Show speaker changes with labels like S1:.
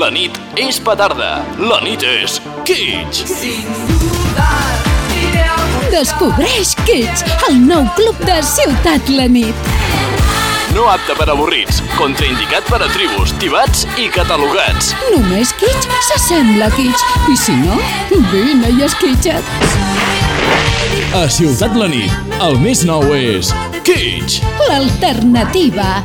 S1: La nit és petarda. La nit és Kitsch.
S2: Descobreix Kids, el nou club de Ciutat la nit.
S1: No apte per avorrits. Contraindicat per a tribus, tibats i catalogats.
S2: Només Kids s'assembla a Kids. I si no, vine i esquitxa't.
S1: A Ciutat la nit, el més nou és Kitsch.
S2: L'alternativa